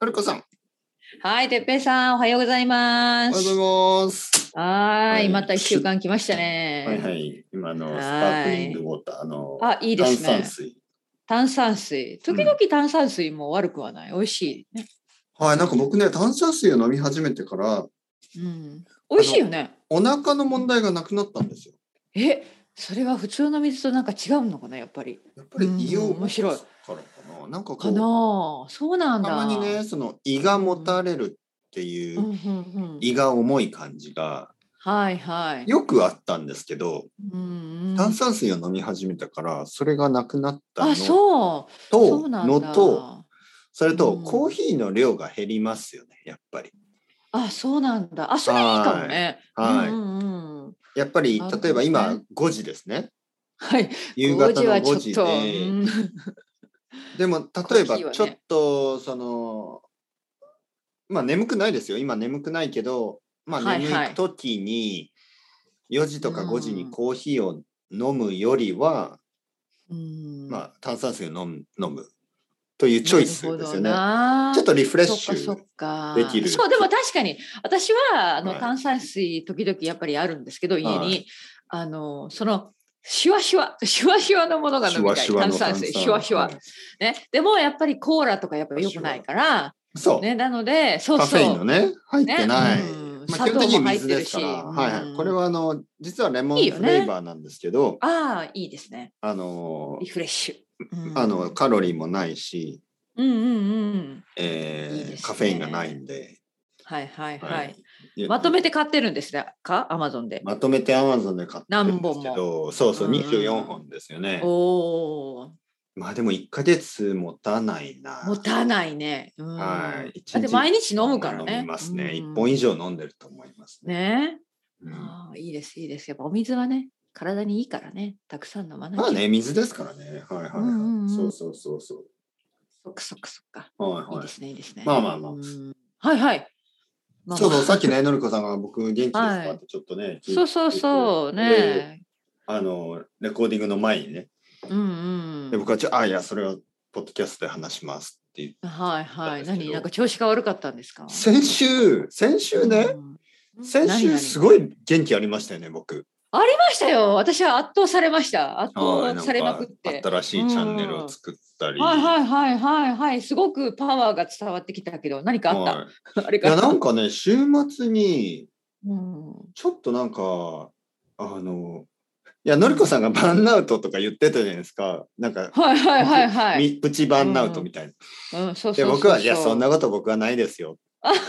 はるかさん、はい、てっぺいさん、おはようございおまはようす。ございます。はーはいい、また一週間来ましたね。はいはい、今あのスはいパークリングウォーターあのあ、いいです炭ね酸。水。炭酸水。時々炭酸水も悪くはない。美味しいね。はい、なんか僕ね、炭酸水を飲み始めてから、うん。美味しいよね。お腹の問題がなくなったんですよ。え、それは普通の水となんか違うのかな、やっぱり。やっぱりうん硫うん黄面白いからかな。なんかこかう、なたあそうなんだ。まにね、その胃がもたれるっていうんうう、んうん。胃が重い感じがはいはい。よくあったんですけど、うんうん炭酸水を飲み始めたから、それがなくなったあ、のそう。そと、うなんだ。のと、それとうんコーヒーの量が減りますよね、やっぱり。あ、そうなんだ。あ、それいいかもね。はいうんうんうん。やっぱりなるほどね例えば今5時ですねはい。夕方の5 5時時ではちょっと。うんでも例えばコーヒーはねちょっとそのまあ眠くないですよ今眠くないけどまあはい眠はいい時に4時とかうん5時にコーヒーを飲むよりは、うんまあ、炭酸水を飲む飲むというチョイスですよねちちょっとリフレッシそっかそュっかできるそうでも確かに私はあの、はい炭酸水時々やっぱりあるんですけど家に、はいあのそのシュワシュワ シュワシュワのものが飲みたい炭酸水シュワシュワ、はいねでもやっぱりコーラとかやっぱ良くないからそう、ねなのでそうカフそうェインのね入ってない、うんまあ、砂基本糖的にも入っ水てでるすし、から、はいはうい、んこれはあの実はレモンいフいよねレーバーなんですけどああいいですねあのリフレッシュ、うんあのカロリーもないし、うんうんうんえーいいですねカフェインがないんで、はいはいはい、いやまとめて買ってるんですねかアマゾンでまとめて Amazon で買ってるんですけどそうそううん24本ですよね、おおまあでも1ヶ月持たないな持たないね。うん、はいだって毎日飲むからね。飲みますね、うん1本以上飲んでると思いますねね、うんああいいですいいです。やっぱお水はね体にいいからねたくさん飲まないまと。あね水ですからねはいはいはい、うんうんうんそうそうそうそそっかそっかそっか。うはいいいはいですねいいですね。まあまあまあうんはいはい。まあまあそうそう、さっきね、のりこさんが僕元気ですはいかってちょっとね、聞いそうそうそでうね。あの、レコーディングの前にね、うんうでん。僕はちょ、あ、いや、それはポッドキャストで話しますっていう。はいだったはんでい。すけど何なんか調子が悪かったんですか。先週、先週ね、うん先何週何すごい元気ありましたよね、僕。ありましたよ。私は圧倒されました。圧はい倒されまくっなんてか。新しいチャンネルを作ったり。はいはいはいはいはい。すごくパワーが伝わってきたけど、何かあった。はいあれいかや、なんかね、週末に、うん、ちょっとなんか、あの、いや、のりこさんがバンアウトとか言ってたじゃないですか。なんか、はいはいはいはい。みプチバンアウトみたいな。うん、そうそでうそう僕は「いやそんなこと僕はないです よ」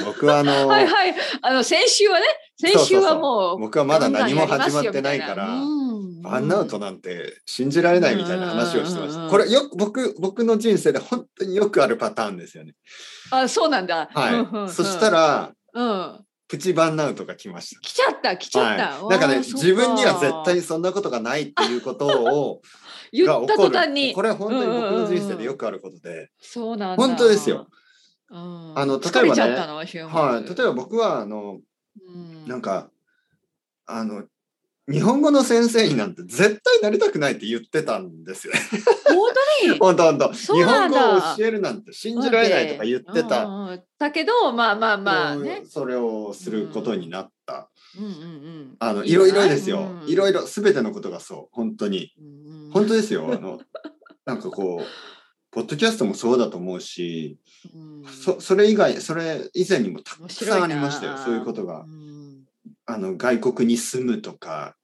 僕はあの、はいはい。あの先週はね、先週はもう僕はまだ何もガンガンやり始ますっよてないからみたうんバンアウトなんて信じられないみたいな話をしてましうんうんうんうた。んこれよく僕僕の人生で本当によくあるパターンですよね。あ、そうなんだ。うんうはんい。そした、らうん、プチバンアウトが来ました。来ちゃった来ちゃった。はい、なんかねわあそう自分には絶対そんなことがないっていうことを言がっ起たこ途る端にこ。れは本当に僕の人生でよくあることで、そうなんだ。本当ですよ。うん、あの例えば疲ねれちゃったの週末はい、例えば、僕はあのうん、なんかあの日本語の先生になんて絶対なりたくないって言ってたんです よ。本当に本当本当日そうな本ん語だを教えるなんて信じられないとか言ってた、うんうんうんだけどまあまあまあねうん。それをすることになった、うんうんうんあのいろいろですよ、いろいいろ全てのことがそう本当にろ。うんうん本当ですよあの なんかこうポッドキャストもそうだと思うしうんそそれ以外それ以前にもた面く白さいんなありましたよそういうことがうんあの外国に住むとか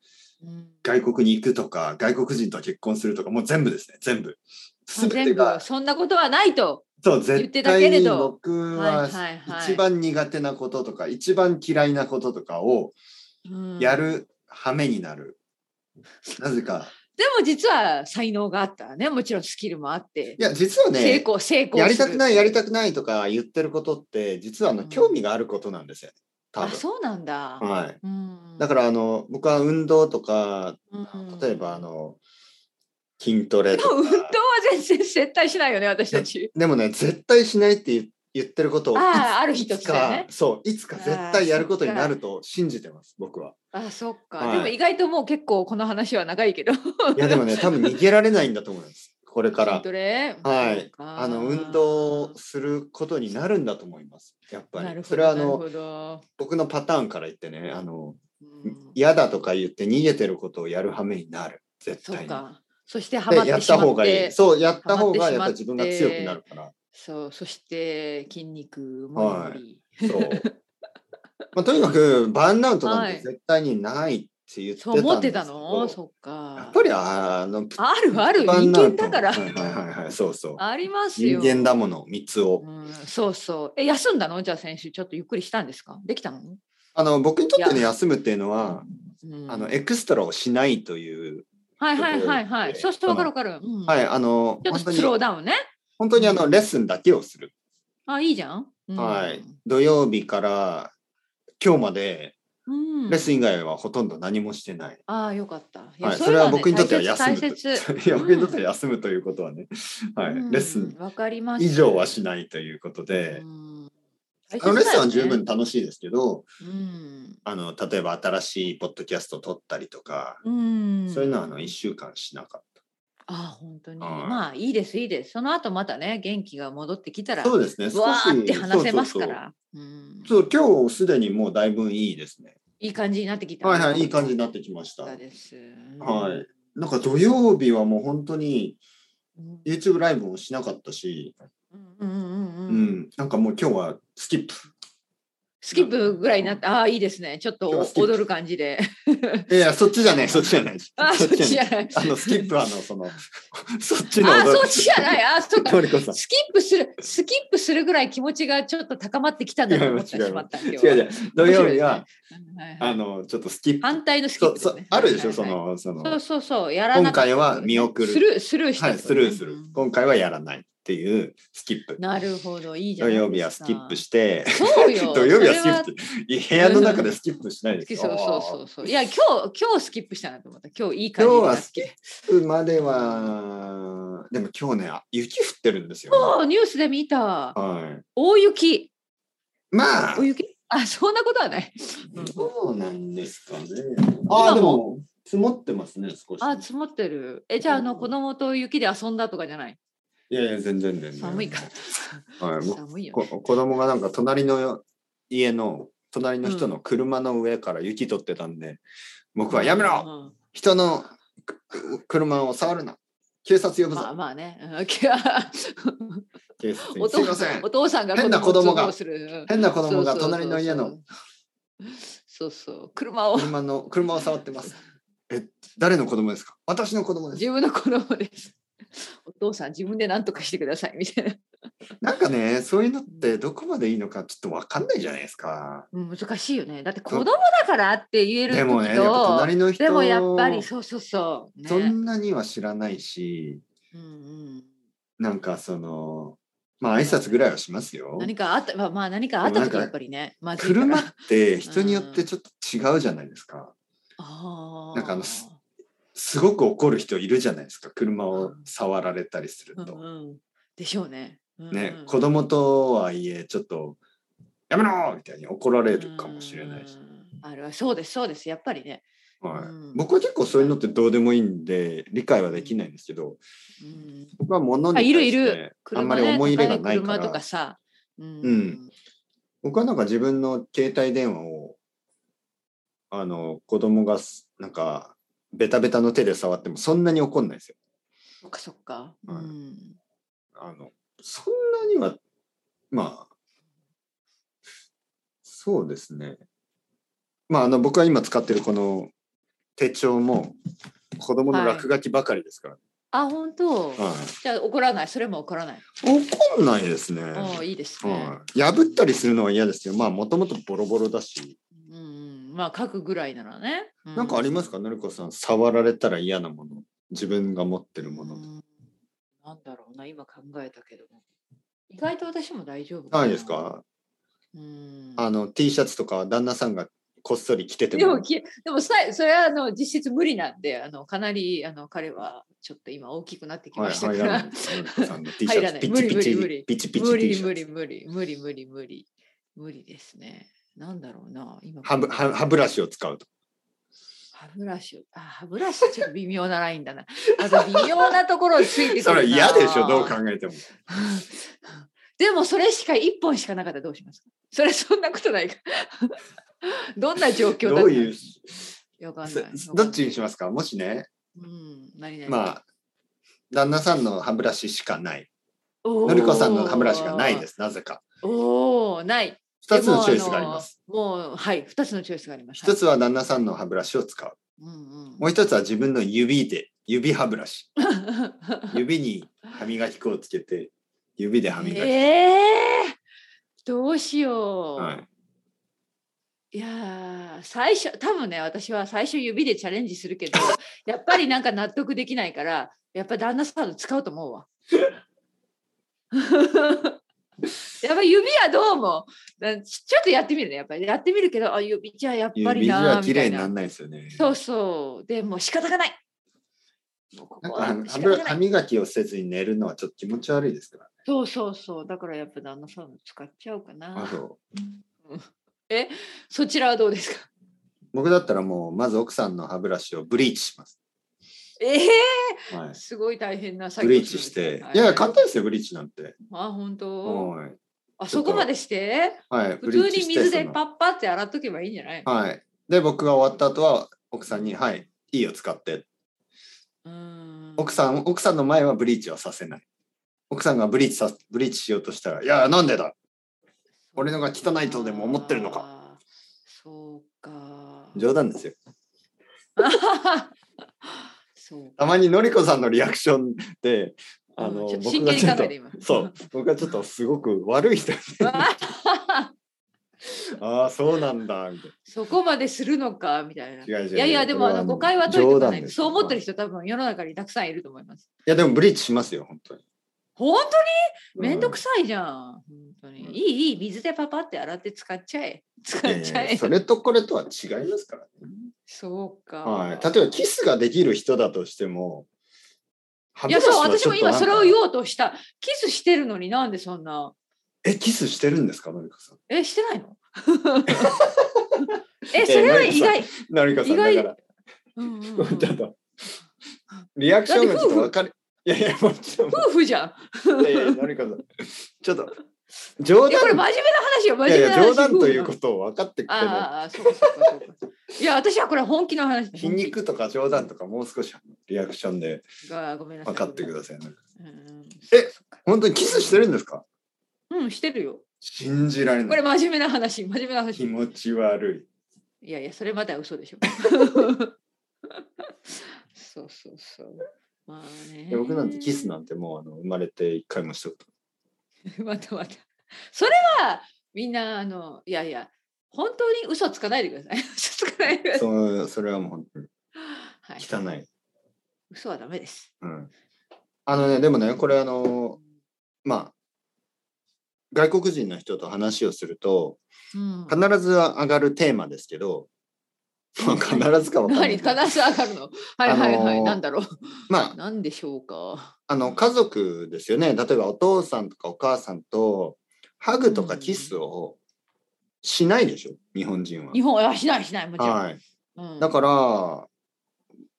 うん外国に行くとか外国人と結婚するとかもう全部ですね全部全て全が部そんなことはないと。そう言っ絶てた対けれにど僕ははいはいはい。一番苦手なこととか一番嫌いなこととかをうんやる羽目になる、なぜかでも実は才能があったねもちろんスキルもあってい。や実は成ね功成功やりたくないやりたたくないとか言ってることって実はあのうん興味があることなんですよ多あ分、そうなんだ。はい、うんだからあの僕は運動とかうん例えばあの筋トレでともか 運動は全然絶対しないよね私たち。でもね絶対しないって言言ってることをいつあああるい日つ突か、然ねそういつか絶対やることになると信じてます僕は。あそっか、はいでも意外ともう結構この話は長いけど。 いやでもね、多分逃げられないんだと思います。これから筋トレはいああの運動をすることになるんだと思いますやっぱなるりほどそれはあなるのほど僕のパターンから言ってねあのうん嫌だとか言って逃げてることをやる羽目になる絶そ対うにかそしてハマっでやてっしまたっ方がいていそうやった方がハやっマぱっ自てし分まってが強くなるからそうそして筋肉もはい無理そう、 まあ、とにかくバーンアウトなんはてい絶対にないって言ってたそうん思っでてすけたのどそっかやっぱりあのあるあるバー人ンアウ間トだからはいはいはいはいそうそうあります人よ間だもの三つを、うん、そうそうえ休んだのじゃあ先週ちょっとゆっくりしたんですかできたの、あの僕にとってのいや休むっていうのはうん、あのエクストラをしないという、はいはいはいはえいーそうするとわかるわかる、うんはいあのちょっ本当とにスローダウンね本当にあのレッスンだけをするあいいじゃん、うんはい土曜日から今日までうん、レッスン以外はほとんど何もしてない、ああよかったいやはい、うそうれのはね僕にとっては大休むと切大切いや僕にとっうてんは休むということはね、はいうんレッスンわかります以上はしないということで、うんあのレッスンは十、大分切楽しいですけどだよねあの例えば新しいポッドキャストを撮ったりとか、うんうん、そういうのはあの1週間しなかっあ本当に、はいまあいいですいいですその後またね元気が戻ってきたたらそうですねわーって話せますかそうそうそうらうんそう今日すでにもうだいぶいいですね。いい感じになってきたはいはい、いい感じになってきました。よかったはですい。なんか土曜日はもう本当にうん YouTube ライブもしなかったし、うんうんうんううんん、なんかもう今日はスキップ。スキップぐらいになってああいいですねちょっと今日はスキップ踊る感じでいや、そっちじゃない、そっちじゃない。あそっちじない。ゃないあの、スキップはあの、 その、そっちの。ああそっちじゃないああそうかのりこさん。スキップするスキップするぐらい気持ちがちょっと高まってきたんだと思ってしまった今日違う違う。土曜日は、はいはあいの、ちょっとスキップ。反対のスキそッうプそすうねあるでしょ、はいそはいの、その、そうそうそうやらな今かった回は見送スる。ルースルーしたはっい、てことスねルーするう。ん今回はやらないっていうスキップ。なるほどいいじゃ土ない曜日ではすスかキップして、そうよ 土曜日はスそキれップっていや部屋の中でスキップしない好できすそうそうそうそう。いや今日今日スキップしたなと思った。今日いい感じ今日になはってスキップまでは、でも今日ね、あ雪降ってるんですよ、おーニュースで見た。は大雪。い。まあ大、雪。あそんなことはない。どうなんですかね。今もあ、でも、積もってますね、少し。あ積もってる。えじゃああの子供と雪で遊んだとかじゃない。いやいや、全然全然。寒いか。はい、僕寒いよね。こ子供がなんか隣の家の、隣の人の車の上から雪取ってたんで、僕はやめろ、うん人のくく車を触るな警察呼ぶぞ、まあま あね。うんきゃ警察おにす父いませんお父さんが変な子供がを通報するうん変な子供がそうそうそうそう隣の家の。そうそう。車を車の車を触ってますえ誰の子供ですか私の子供です自分の子供です。お父さん自分で何とかしてくださいみたいな。なんかねそういうのってどこまでいいのかちょっと分かんないじゃないですかうん難しいよね。だって子供だからって言える時でともねやっぱ隣の人でもやっぱりそうそうそう。ねそんなには知らないしうんうん、なんかそのまあ挨拶ぐらいはしますよ何かあった、まあ、まあ何かあったでもなん時かやっぱりね。まずいから車って人によってちょっと違うじゃないですかあーなんかあのすすごく怒る人いるじゃないですか車を触られたりするうとんうんでしょうね。うんうんね、子供とはいえちょっと「やめろ!」みたいに怒られるかもしれないしう、んあれはそうですそうですやっぱりね。はうんい、僕は結構そういうのってどうでもいいんで理解はできないんですけどうん、僕は物にあ対いるしいて、る。あんま車りね思い入れがない高から車とかさ。うんうん僕はなんか自分の携帯電話をあの子供がすなんかベタベタの手で触ってもそんなに怒んないですよ。そっかそっか。はいうんあのそんなにはまあそうですねまああの僕が今使ってるこの手帳も子供の落書きばかりですから、あ本当、はじゃあ怒らないそれも怒らない。い怒んないですね、おはーい、いいですね。破ったりするのは嫌ですよまあもともとボロボロだしうんうん、まあ書くぐらいならね。ななんかありますかのりこさん触られたら嫌なもの自分が持ってるもの、なんだろうな今考えたけども意外と私も大丈夫ないです。かうん。あの T シャツとか旦那さんがこっそり着ててでももきでもさそれはあの実質無理なんであのかなりあの彼はちょっと今大きくなってきはまい、したか入ら、らな いです。のりこさんの T シ入ャらツないピチピチ無理無理無理ピチピチ無 T 理シ無ャ理ツ。無理無理無理無理無理ですね。なんだろうな今歯ブ歯歯ブラシを使うと。歯歯ブラシ、あ歯ブラシちょっと微妙なラインだな。あと微妙なところをついてくるな。それ嫌でしょ、どう考えても。 でもそれしか一本しかなかったらどうしますかそれそんなことないか。 どんな状況だったどういう、わかんない。どっちにしますかもしね、うん、何々。まあ、旦那さんの歯ブラシしかない。おー、。のりこさんの歯ブラシがないですす、なぜか。おお、ない。 2つのチョイスがあります。でも。あのもう、はい、二つのチョイスがありました。 1つは旦那さんの歯ブラシを使う。うんうん。もう1つは自分の指で、指歯ブラ シ。指に歯磨き粉をつけて、指で歯磨き。ええどうしよう。はい、いやー最初多分ね私は最初指でチャレンジするけ どやっぱりなんか納得できないからやっぱ旦那さんの使うと思 うわ。やっぱ指はどうもなちちょっとやってみるねやっぱりやってみるけどあ指じゃやっぱり指じなゃー綺みた麗いにならなないですよね。そうそうでもう仕方がないもうこなんこかは歯歯仕ブラ方がな歯い磨きをせずに寝るのはちょっと気持ち悪いですから。そうそうそうだからやっぱ旦那さんの使っちゃおうかあなとそちらはどうですか僕だったらもうまず奥さんの歯ブラシをブリーチします。ええは、すごい大変ない作ブ業リーチして、い、や簡単ですよブリーチなんて。あ本当。はいあそこまでしてはい。普通に水そでのパッパって洗っとけばいいんじゃない、はい。で僕が終わった後は奥さんにはいいいよ使って。うーん奥さん奥さんの前はブリーチはさせない。奥さんがブリーチさブリーチしようとしたらいやなんでだ。俺のが汚いとでも思ってるのか。あーそうか冗談ですよ。 そうかたまにのりこさんのリアクションで。あうのんちょっ僕と真が剣にちょっ考とえて今 そう僕はちょっとすごく悪い人 ああそうなんだみたいそこまでするのかみたいな。いな違う違うやいや、でもあの誤解は解いて冗おか談ないでと。すそう思ってる人多分世の中にたくさんいると思います。いやでもブリーチしますよ本当に本当にめんどくささいじゃん。本当に。いいいい、水でパパって洗って使 っちゃえ。使っちゃえ。それとこれとは違いますからね、そうか。はい、例えばキスができる人だとしても歯いや、そう、ブラ私シはもちょっとなん今かそれを言おうとした。キスしてるのになんでそんな。えキスしてるんですかのりかさんえ、してないの え、それは意外。のりかさん意外だからうんうんうもうちょっんとリアクションがちょっと分かるいやいやもうちょっと夫婦じゃん。いやいやのりかさんちょっと冗いや、これ談真面目な話よ。真いやい面目なや話。冗談という夫婦このとを分かってくれないああああ、そうかそうかそうか。いや、私はこれ本気の話。皮肉とか冗談とかもう少しリアクションでがごめんなさい。分かってください、ね。うんうんえ本当にキスしてるんですかうん、してるよ。信じられこなれい。真面目な話、真面目な気話。持ち悪いやいや、それまでは嘘で しょ。そうそうそう。まあい。ねいや。僕なんてキスなんてもうあの生まれて一回もしたこ またまた。それはみんなあのいやいや本当に嘘つかないでください。 嘘つかないでくとださい。そうそれはもう本当にはい、汚い。嘘はダメです。うん、あのねでもねこれあのまあ外国人の人と話をするとうん、必ず上がるテーマですけど、まあ必ずかわかんな何い必。ず上がるの。はいはいはい。あのーなんだろう。 まあなんでしょうか。あの家族ですよね例えばお父さんとかお母さんとハグとかキスをしないでしょ日本人は日。本はしないしないもちろん。はい、うん、だから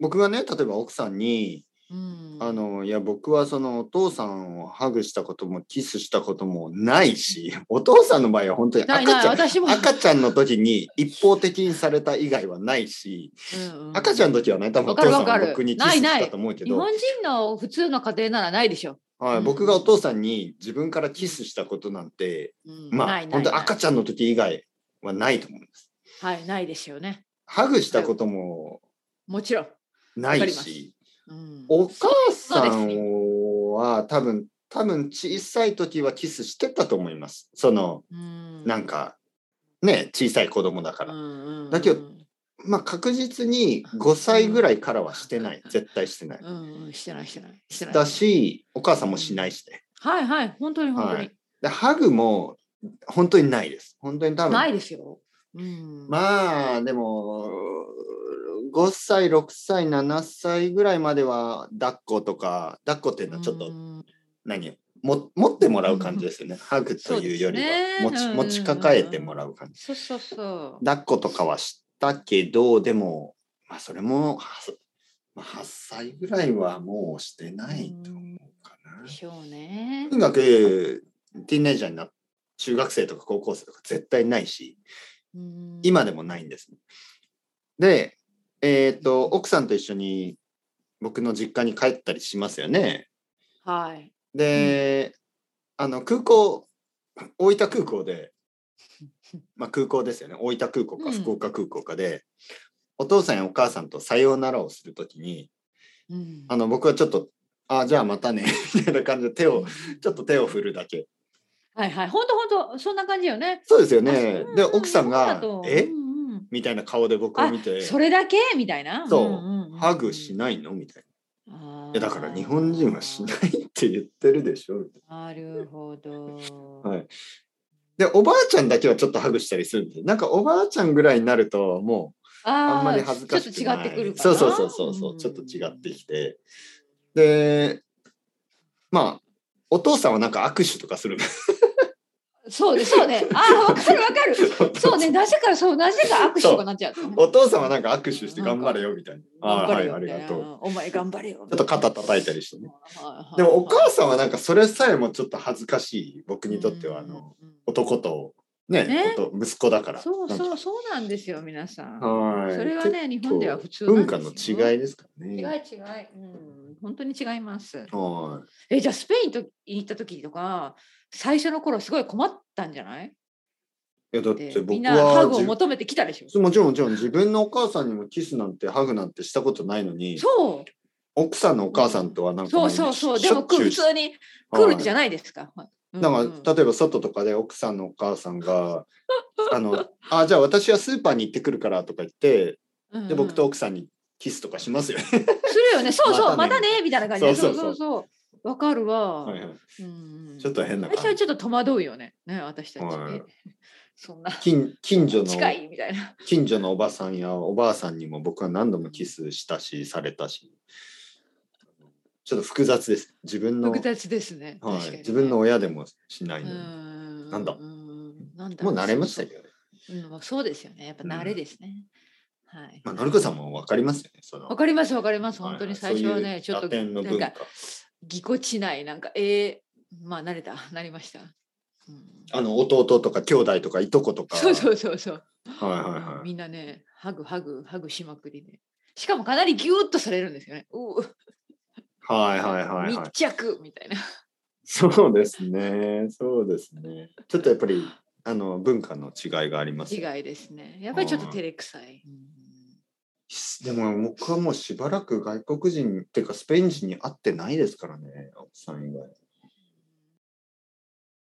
僕がね例えば奥さんにら、うん「あのいや僕はそのお父さんをハグしたこともキスしたこともないしお父さんの場合は本当にな赤いちなゃんい私も、赤ちゃんの時に一方的にされた以外はないしうんうん赤ちゃんの時はね多分お父さんは僕にキスしたと思うけ日ど本人の普通の家庭ならないでしょ。はうい、ん僕がお父さんに自分からキスしたことなんて、うん、まなあいない本当赤ちちゃんの時以外はないと思うんです。ゃん。はいないですよね。ハグしたことももちろん。なわかいりますし、うん、お母さそうですんは多分多分小さい時はキスしてたと思います。そのうんなんかね小さい子供だから、うんうんうんだけどまあ確実に5歳ぐらいからはしてない、絶対してない。うんうん、してないしてないしてない。だしお母さんもしないしね。はいはい、本当に本当に。はいでハグも本当にないです。本当に多分ないですよ。うん。まあでも5歳6歳7歳ぐらいまでは抱っことか抱っこっていうのはちょっと、うん何も持ってもらう感じですよねハグというよりは、そう持ですちね持ち抱えてもらう感じそうそうそう。抱っことかはしたけどでもまあそれも、はまあ、8歳ぐらいはもうしてないと思うかなで。しょうねと。にかくティーンエイジャーになっ中学生とか高校生とか絶対ないしうん今でもないんです、でえっ、と奥さんと一緒に僕の実家に帰ったりしますよねはい。で、あの空港大分空港で、まあ、空港ですよね大分空港うかん福岡空港かで、お父さんやお母さんとさようならをするときにうんあの僕はちょっと「あじゃあまたね」みたいな感じで手をちょっと手を振るだけはいはい。本当本当そんな感じよね。そうですよねあ。で、奥さんそがうだと、えうんうんみたいな顔で僕を見てあ、それだけみたいな。そうんんんハグしないのみたいあな。ーえだから日本人はしないって言ってるでしょ。みたいなるほど。なはい。で、おばあちゃんだけはちょっとハグしたりするんですよなんかおばあちゃんぐらいになると、もあうーあんまり恥ずかしくちょなっい。と違ってくるかな。そうそうそうそうそう、ちょっと違ってきて。で、まあ、お父さんはなんか握手とかするんですうん。そうね、そうね。ああ、わかるわかる。 そうね、なぜか、そう、なぜか握手とかなっちゃう。 お父さんはなんか握手して頑張れよみたいな。あ頑ー張はれい、よありがとう。。お前頑張れよ。ちょっと肩叩いたりしてね。はいはいでもお母さんはなんかそれさえもちょっと恥ずかしい僕にとってはあの、うんうん男とねねおと息子だからそうなんかそうそうなんですよ皆さん。はーいそれはね日結構本では普通文な化んのですよ違いですから違い違いね。、うん、本当に違います。はえじゃあスペインと行った時とか最初の頃すごい困ったんじゃない？いいやだっでてみん僕なハはグをじ求めてきたでしょ。もちろんもちろん自分のお母さんにもキスなんてハグなんてしたことないのにそう奥さんのお母さんとはなんかそもうそうそうしでしょもっちゅ普う通に来るじゃはないですか。いなうんうんんか例えば外とかで奥さんのお母さんが 「あのあじゃあ私はスーパーに行ってくるから」とか言ってうんうでん僕と奥さんにキスとかしますよね。するよね。そうそうままたたねねみたいな感じで。そそううそうそそううそう。わかるわ。はいはいうんうんちょっと変な最初は感じ。ちょっと戸惑うよね。ね私たち、はいそんな近近所の近いみたいな。近所のおばさんやおばあさんにも僕は何度もキスしたしされたしちょっと複雑です自分の、複雑ですね。は確かにい、ね自分の親でもしないのにうなんだうなんだもう慣れましたけどね、そうそう,、うん、そうですよね。やっぱ慣れですね。はい。まあ、のりこさんも分かりますよねそのわかりますわかります。はい本当に最初はね、ちそういょっうとラテンの文なん化かぎこちないなんかええまあ慣れた 慣れました。うんあの弟とか兄弟とかいとことかそうそううそうそう。はいはいうんはいみんなねハグハグハグしまくりで。しかもかなりギューッとされるんですよね。ううはいはいはいはい密着みたいな。 そうですねそうですねちょっとやっぱりあの文化の違いがありますよね違いですね。やっぱりちょっと照れくさい。でも僕はもうしばらく外国人っていうかスペイン人に会ってないですからね、奥さん以外。